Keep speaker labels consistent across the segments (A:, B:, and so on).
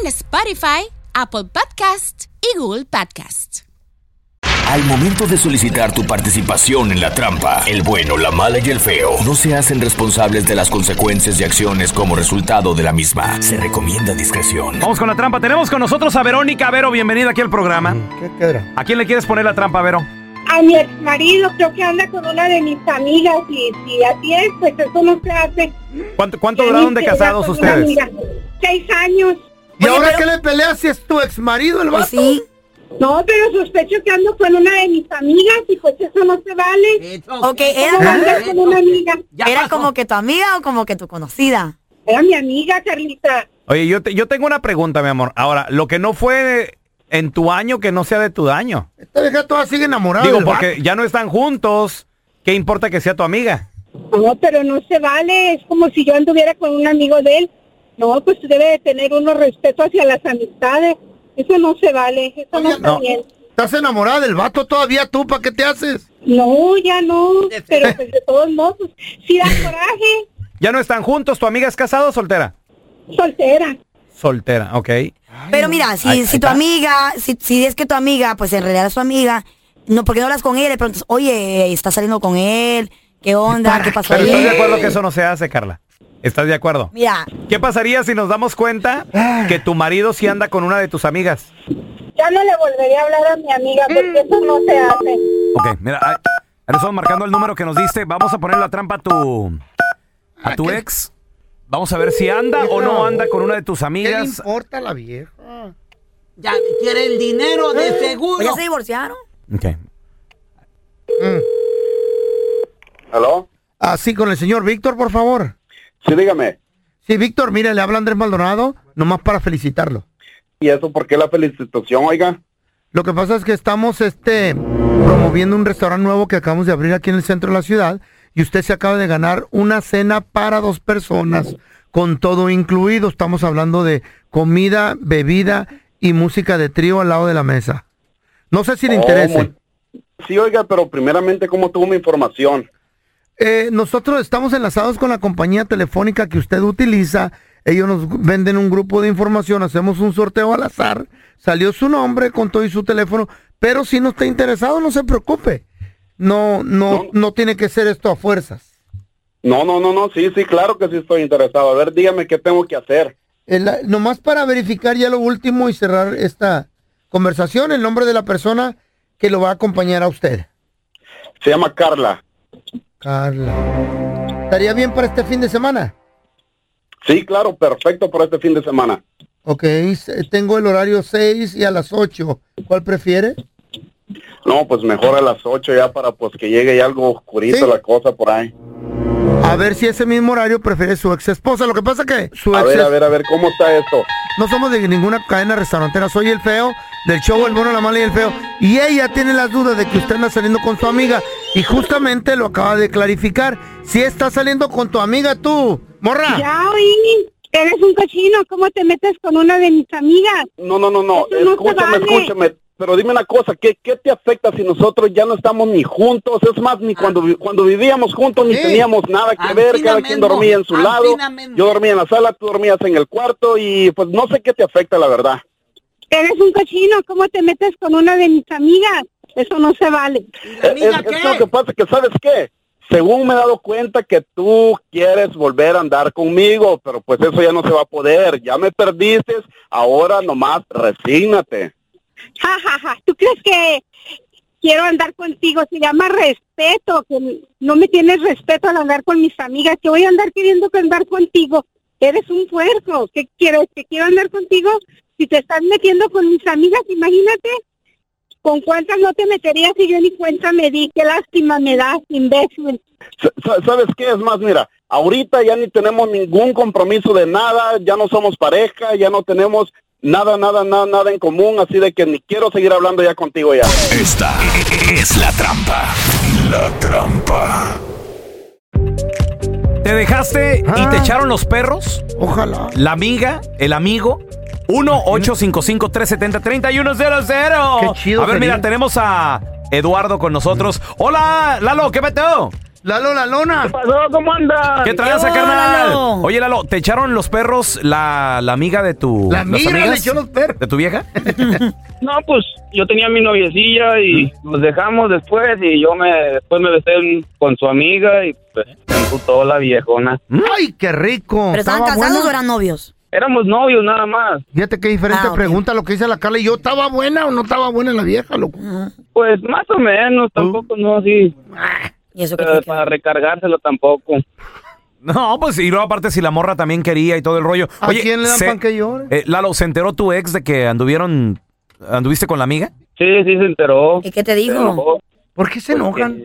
A: en Spotify, Apple Podcast y Google Podcast.
B: Al momento de solicitar tu participación en la trampa, el bueno, la mala y el feo no se hacen responsables de las consecuencias y acciones como resultado de la misma. Se recomienda discreción.
C: Vamos con la trampa. Tenemos con nosotros a Verónica. Vero, bienvenida aquí al programa. ¿A quién le quieres poner la trampa, Vero?
D: A mi ex marido creo que anda con una de mis amigas y si así es, pues eso no se hace.
C: ¿Cuánto, cuánto duraron de
D: Que anda
C: casados
D: con una
C: ustedes?
D: amiga. Seis años.
E: ¿Y ahora qué le peleas si es tu ex marido el vato?
F: Pues Sí,
D: No, pero sospecho que ando con una de mis amigas y pues eso no se
C: ¿Eh?
D: vale.
F: ok,
D: ¿Cómo va a andar
F: era,
D: con una amiga?
F: era como que tu amiga o como que tu conocida.
D: Era mi amiga, Carlita.
C: Oye, yo, te- yo tengo una pregunta, mi amor. Ahora, lo que no fue en tu año, que no sea de tu daño.
E: Esta vieja toda sigue enamorada
C: Digo,
E: del vato.
C: porque ya no están juntos. ¿Qué importa que sea tu amiga?
D: No, pero no se vale. Es como si yo anduviera con un amigo de él. No, pues debe de tener uno respeto hacia las amistades. Eso no se vale. Eso no está
C: No.
D: bien.
E: Estás enamorada del vato todavía tú, ¿para qué te haces?
D: No, ya no. Pero pues de todos modos, pues, sí da coraje.
C: Ya no están juntos. ¿Tu amiga es casada o soltera?
D: Soltera.
C: Soltera, ok.
F: Pero mira, si,
C: Ahí- ahí
F: si tu
C: está.
F: amiga, si, si es que tu amiga, pues en realidad es tu amiga, no, porque no hablas con él? Le preguntas, oye, ¿estás saliendo con él? ¿Qué onda? ¿Qué pasó
C: Pero ¿estás de
F: ahí?
C: acuerdo que eso no se hace, Carla? ¿Estás de acuerdo?
F: Mira,
C: ¿Qué pasaría si nos damos cuenta que tu marido sí anda con una de tus amigas?
D: Ya no le volveré a hablar a mi amiga porque eso no se hace.
C: Ok, mira, ahí- ahora estamos marcando el número que nos diste. Vamos a poner la trampa a tu, a
E: Ah,
C: tu
E: ¿qué-
C: ex. Vamos a ver si anda o no anda con una de tus
E: ¿Qué le
C: amigas.
E: importa a la vieja?
G: Ya quiere el dinero de
F: pues ya
G: seguro.
F: se divorciaron.
C: Ok.
H: ¿Aló?
E: Así con el señor Víctor, por favor.
H: Sí, dígame.
E: Sí, Víctor, mire, le habla Andrés Maldonado, nomás para felicitarlo.
H: ¿Y eso por qué la felicitación, oiga?
E: Lo que pasa es que estamos este promoviendo un restaurante nuevo que acabamos de abrir aquí en el centro de la ciudad y usted se acaba de ganar una cena para dos personas con todo incluido. Estamos hablando de comida, bebida y música de trío al lado de la mesa. No sé si le
H: Oh,
E: interese.
H: muy- Sí, oiga, pero primeramente, ¿cómo tuvo mi información?
E: Eh, nosotros estamos enlazados con la compañía telefónica que usted utiliza. Ellos nos venden un grupo de información, hacemos un sorteo al azar. Salió su nombre, con todo y su teléfono. Pero si no está interesado, no se preocupe. No, no,
H: No.
E: no tiene que ser esto a fuerzas.
H: No, no, no, no, sí, sí, claro que sí estoy interesado. A ver, dígame qué tengo que hacer.
E: El- nomás para verificar ya lo último y cerrar esta conversación, el nombre de la persona que lo va a acompañar a usted.
H: Se llama Carla.
E: Carla. ¿Estaría bien para este fin de semana?
H: Sí, claro, perfecto para este fin de semana.
E: Ok, se- tengo el horario 6 y a las 8. ¿Cuál prefiere?
H: No, pues mejor a las 8 ya para pues que llegue ya algo oscurito
E: Sí.
H: la cosa por ahí.
E: A ver si ese mismo horario prefiere su ex esposa. Lo que pasa que su
H: A
E: ex
H: ver, a ver, a ver, ¿cómo está esto?
E: no somos de ninguna cadena restaurantera. Soy el feo del show El Bueno, la Mala y el Feo. Y ella tiene las dudas de que usted anda saliendo con su amiga. Y justamente lo acaba de clarificar. Si está saliendo con tu amiga tú, morra.
D: Ya oí. Eres un cochino. ¿Cómo te metes con una de mis amigas?
H: No, no, no, no,
D: Eso no se
H: escúchame,
D: vale.
H: escúchame. Pero dime una cosa, ¿qué, ¿qué te afecta si nosotros ya no estamos ni juntos? Es más,
D: Ah.
H: ni cuando, vi- cuando vivíamos juntos ni
E: Sí.
H: teníamos nada que
G: Antina
H: ver, cada quien
G: mismo,
H: dormía en su
G: antina
H: lado.
G: mismo.
H: Yo dormía en la sala, tú dormías en el cuarto y pues no sé qué te afecta, la verdad.
D: Eres un cochino. ¿Cómo te metes con una de mis amigas? Eso no se vale.
G: ¿Y la
H: Es,
G: amiga
H: es- es lo que
G: qué?
H: pasa que, ¿sabes qué? según me he dado cuenta que tú quieres volver a andar conmigo, pero pues eso ya no se va a poder. Ya me perdiste, ahora nomás resígnate.
D: Ja, ja, ja. ¿Tú crees que quiero andar contigo? Se llama respeto. Que no me tienes respeto al andar con mis amigas. Que voy a andar queriendo que andar contigo. Eres un puerco. ¿Qué quieres? ¿Que quiero andar contigo? Si te estás metiendo con mis amigas, imagínate. ¿Con cuántas no te meterías si yo ni cuenta me di? Qué lástima me das, imbécil.
H: Sa- sa- ¿Sabes qué? Es más, mira, ahorita ya ni tenemos ningún compromiso de nada, ya no somos pareja, ya no tenemos nada, nada, nada, nada en común, así de que ni quiero seguir hablando ya contigo ya.
B: Esta e-, es la trampa. La trampa.
C: ¿Te dejaste y te
E: Ah.
C: echaron los perros?
E: Ojalá.
C: ¿La amiga? ¿El amigo? 1-855-370-3100.
E: Qué chido
C: A ver,
E: sería.
C: mira, tenemos a Eduardo con nosotros. Hola, Lalo, ¿qué meteo?
E: Lalo, la lona.
H: pasó? ¿Cómo andas?
C: ¿Qué traes,
F: hola,
C: carnal?
F: Lalo.
C: Oye, Lalo, ¿te echaron los perros la, la amiga de tu.
E: La
C: las
E: migra le
C: amigas?
E: echó los perros.
C: ¿De tu vieja?
H: No, pues yo tenía mi noviecilla y nos dejamos después y yo me después me besé con su amiga y pues se emputó la viejona.
E: Ay, qué rico.
F: ¿Pero estaban
E: ¿Estaba
F: casados
E: buena?
F: o eran novios?
H: Éramos novios nada más.
E: Fíjate qué diferente
F: Ah, ok.
E: pregunta lo que dice la Carla y yo. ¿Estaba buena o no estaba buena la vieja, loco?
H: Pues más o menos, tampoco no así
F: ¿Y eso qué
H: eh,
F: tiene que
H: para
F: ver?
H: recargárselo tampoco.
C: No, pues y luego aparte si la morra también quería y todo el rollo.
E: ¿A quién le dan pan que llore?
C: eh, Lalo, ¿se enteró tu ex de que anduvieron, anduviste con la amiga?
H: Sí, sí se enteró.
F: ¿Y qué te
H: Se
F: dijo?
H: enojó.
E: ¿Por qué se enojan?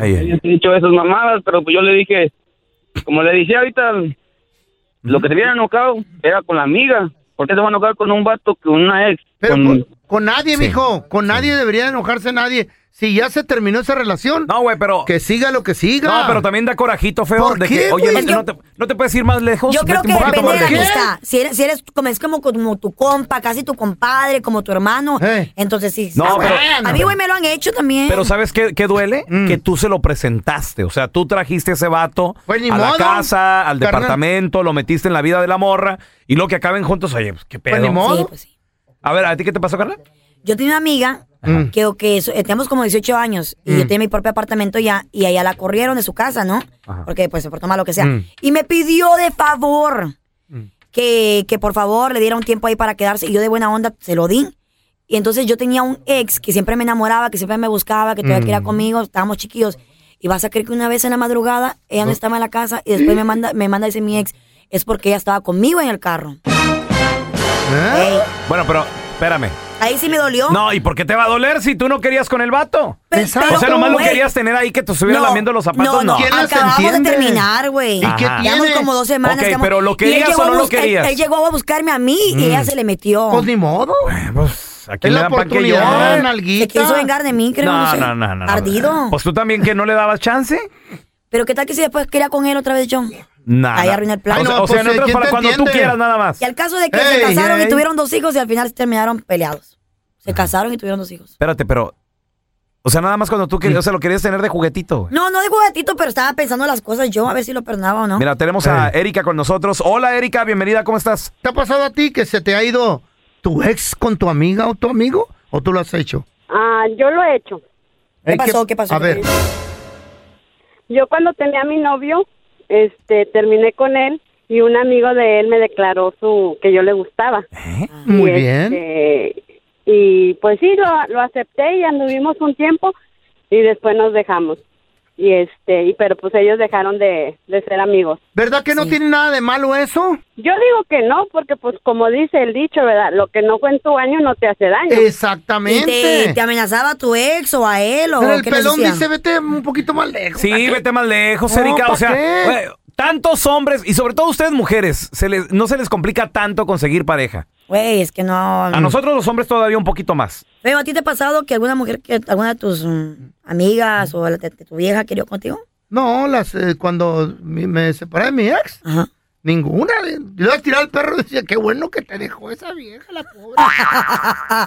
C: Ay,
H: Ellos han dicho esas mamadas, pero pues yo le dije, como le dije ahorita, lo que se hubiera enojado era con la amiga. ¿Por qué se va a enojar con un vato que una ex?
E: Pero pues,
H: Con-
E: con, con nadie,
C: Sí.
E: mijo. Con nadie debería enojarse nadie. Si ya se terminó esa relación,
C: No, güey, pero...
E: que siga lo que siga.
C: No, pero también da corajito feo
E: ¿Por
C: de
E: qué,
C: que, oye,
E: güey?
C: no, no te, no te puedes ir más lejos.
F: Yo creo
C: vete
F: que
C: un poquito
F: depende de
C: más
F: la
C: lejos.
F: amistad. Si eres, si eres como, es como, como tu compa, casi tu compadre, como tu hermano,
E: Eh.
F: entonces sí.
C: No,
F: Ah, bueno.
E: pero-
F: a mí, güey, me lo han hecho también.
C: Pero ¿sabes qué, qué duele?
E: Mm.
C: Que tú se lo presentaste. O sea, tú trajiste ese vato
E: Pues ni
C: a la
E: modo,
C: casa, al
E: carnal.
C: departamento, lo metiste en la vida de la morra y lo que acaben juntos, oye, pues qué pedo.
E: ni modo.
F: Sí, pues sí.
C: a ver, ¿a ti qué te pasó, Carla?
F: Yo tenía una amiga
E: Mm.
F: que, que so- eh, teníamos como 18 años y yo
C: Mm.
F: tenía mi propio apartamento ya y allá la corrieron de su casa, ¿no?
C: Ajá.
F: Porque pues se portó mal lo que sea.
E: Mm.
F: Y me pidió de favor
C: Mm.
F: que, que por favor le diera un tiempo ahí para quedarse y yo de buena onda se lo di. Y entonces yo tenía un ex que siempre me enamoraba, que siempre me buscaba, que
C: Mm.
F: todavía quería conmigo, estábamos chiquillos. Y vas a creer que una vez en la madrugada ella
C: Oh.
F: no estaba en la casa y después me manda me manda dice mi ex, es porque ella estaba conmigo en el carro.
E: ¿Eh?
F: Ey,
C: Bueno, pero espérame.
F: ahí sí me dolió.
C: No, ¿y por qué te va a doler si tú no querías con el vato?
F: Pe-
E: Exacto.
C: o sea, nomás lo
F: güey,
C: querías tener ahí que te estuviera lamiendo los zapatos. No,
F: No,
E: ¿Quién las
F: acabamos de
E: entiende?
F: terminar, güey.
E: ¿Y qué
F: Ajá.
E: tienes?
F: Llevamos como dos semanas.
C: Ok,
F: llevamos-
C: pero ¿lo
F: y él
C: querías
F: llegó
C: o no
F: a
C: lo
F: bus- él-
C: querías? Mm.
F: Él, llegó a buscarme a mí y ella se le metió.
E: Pues ni modo.
C: Aquí
E: Es
C: le
E: la
C: dan pan que
E: oportunidad,
C: llore.
E: nalguita.
F: se quiso vengar de mí, creo.
C: No,
F: sé.
C: no, no, no.
F: Ardido.
C: Pues tú también que no le dabas chance.
F: pero qué tal que si después quería con él otra vez, John.
C: Nada.
F: Ahí arruina el plan.
C: O sea,
E: Ay, no,
C: o sea, en
E: pues,
C: otras
E: ¿quién
C: para
E: te
C: cuando tú
E: entiende?
C: quieras, nada más.
F: Y al caso de que
E: Ey,
F: se casaron
E: ey.
F: y tuvieron dos hijos y al final se terminaron peleados. Se casaron y tuvieron dos hijos.
C: Espérate, pero. O sea, nada más cuando tú querías. O sea, lo querías tener de juguetito. güey.
F: No, no de juguetito, pero estaba pensando las cosas yo, a ver si lo perdonaba o no.
C: Mira, tenemos a Erika con nosotros. Hola, Erika, bienvenida, ¿cómo estás?
E: ¿Te ha pasado a ti que se te ha ido tu ex con tu amiga o tu amigo? ¿O tú lo has hecho?
D: Ah, yo lo he hecho.
F: ¿Qué
E: Eh,
F: pasó? ¿Qué pasó?
E: A ver.
D: Yo cuando tenía a mi novio, este, terminé con él y un amigo de él me declaró su que yo le gustaba.
E: Muy
D: Y,
E: bien.
D: este, y pues sí, lo, lo acepté y anduvimos un tiempo y después nos dejamos. Y este, y pero pues ellos dejaron de, de ser amigos.
E: ¿Verdad que no
F: Sí.
E: tiene nada de malo eso?
D: Yo digo que no, porque pues como dice el dicho, ¿verdad? Lo que no fue en tu año no te hace daño.
F: ¿Y
E: Exactamente.
F: te, te amenazaba a tu ex o a él o
E: Pero el
F: qué les
E: pelón
F: decía?
E: dice, vete un poquito más lejos.
C: Sí, vete más lejos,
E: No,
C: Erika. O
E: ¿pa'
C: sea,
E: qué?
C: güey, tantos hombres y sobre todo ustedes mujeres, se les, no se les complica tanto conseguir pareja.
F: Güey, es que no.
C: A nosotros los hombres todavía un poquito más.
F: Pero ¿a ti te ha pasado que alguna mujer, que alguna de tus mm, amigas o la de, de tu vieja querió contigo?
E: No, las, eh, cuando mi- me separé de mi ex,
F: Ajá.
E: ninguna. eh, Yo la tiraba al perro y decía, qué bueno que te dejó esa vieja, la pobre.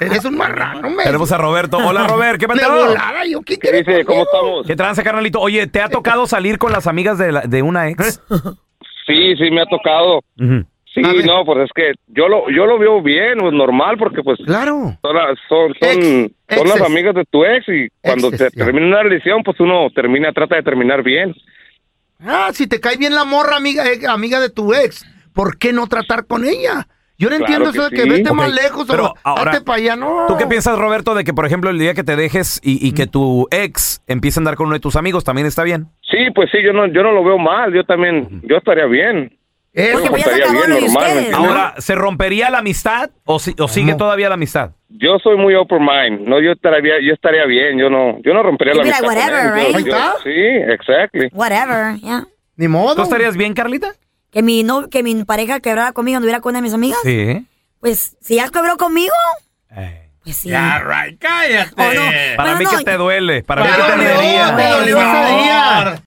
E: Eres un marrano, me.
C: Tenemos a Roberto. Hola, Robert, pues, ¿qué
E: De
C: pasó?
E: volada, yo, ¿quién quiere
H: ¿Cómo
E: conmigo?
H: estamos?
C: ¿Qué tranza, carnalito? Oye, ¿te ha tocado salir con las amigas de, la- de una ex?
H: Sí, sí, me ha tocado.
C: Ujú.
H: Sí,
E: A ver.
H: no, pues es que yo lo, yo lo veo bien, pues normal, porque pues
E: Claro.
H: son, la- son, son,
E: Ex-
H: son las
E: exes.
H: amigas de tu ex y cuando
E: Exes,
H: te
E: ya.
H: termina una relación, pues uno termina, trata de terminar bien.
E: Ah, si te cae bien la morra amiga, eh, amiga de tu ex, ¿por qué no tratar con ella? Yo no
H: Claro
E: entiendo eso de
H: que
E: que
H: sí.
E: vete
C: Ok,
E: más lejos
C: pero
E: o
C: ahora,
E: date para allá, no.
C: ¿Tú qué piensas, Roberto, de que, por ejemplo, el día que te dejes y, y que tu ex empiece a andar con uno de tus amigos, también está bien?
H: Sí, pues sí, yo no, yo no lo veo mal, yo también, yo estaría bien.
E: Eso.
F: Porque pues ya se
H: Estaría
F: acabó
H: bien
F: lo de
H: normal,
F: ustedes.
H: ¿me entiendes?
C: Ahora, ¿se rompería la amistad o, si- o sigue todavía la amistad?
H: Yo soy muy open mind, no, yo estaría, yo estaría bien, yo no, yo no rompería
F: You'd
H: la
F: be like,
H: amistad. con
F: whatever,
H: él, yo-
F: right?
H: yo-
E: Ahí está.
H: sí, exactly.
F: Whatever, yeah.
E: Ni modo.
C: ¿Tú estarías bien, Carlita?
F: Que mi, no, que mi pareja quebrara conmigo, anduviera con una de mis amigas.
C: Sí.
F: Pues, si ya quebró conmigo, pues sí.
I: Right, cállate.
F: O no.
C: Para
F: Bueno,
C: mí
F: no,
C: que te duele, para
E: Te
C: mí que te
E: dolió,
C: dolería.
E: te dolió ese día.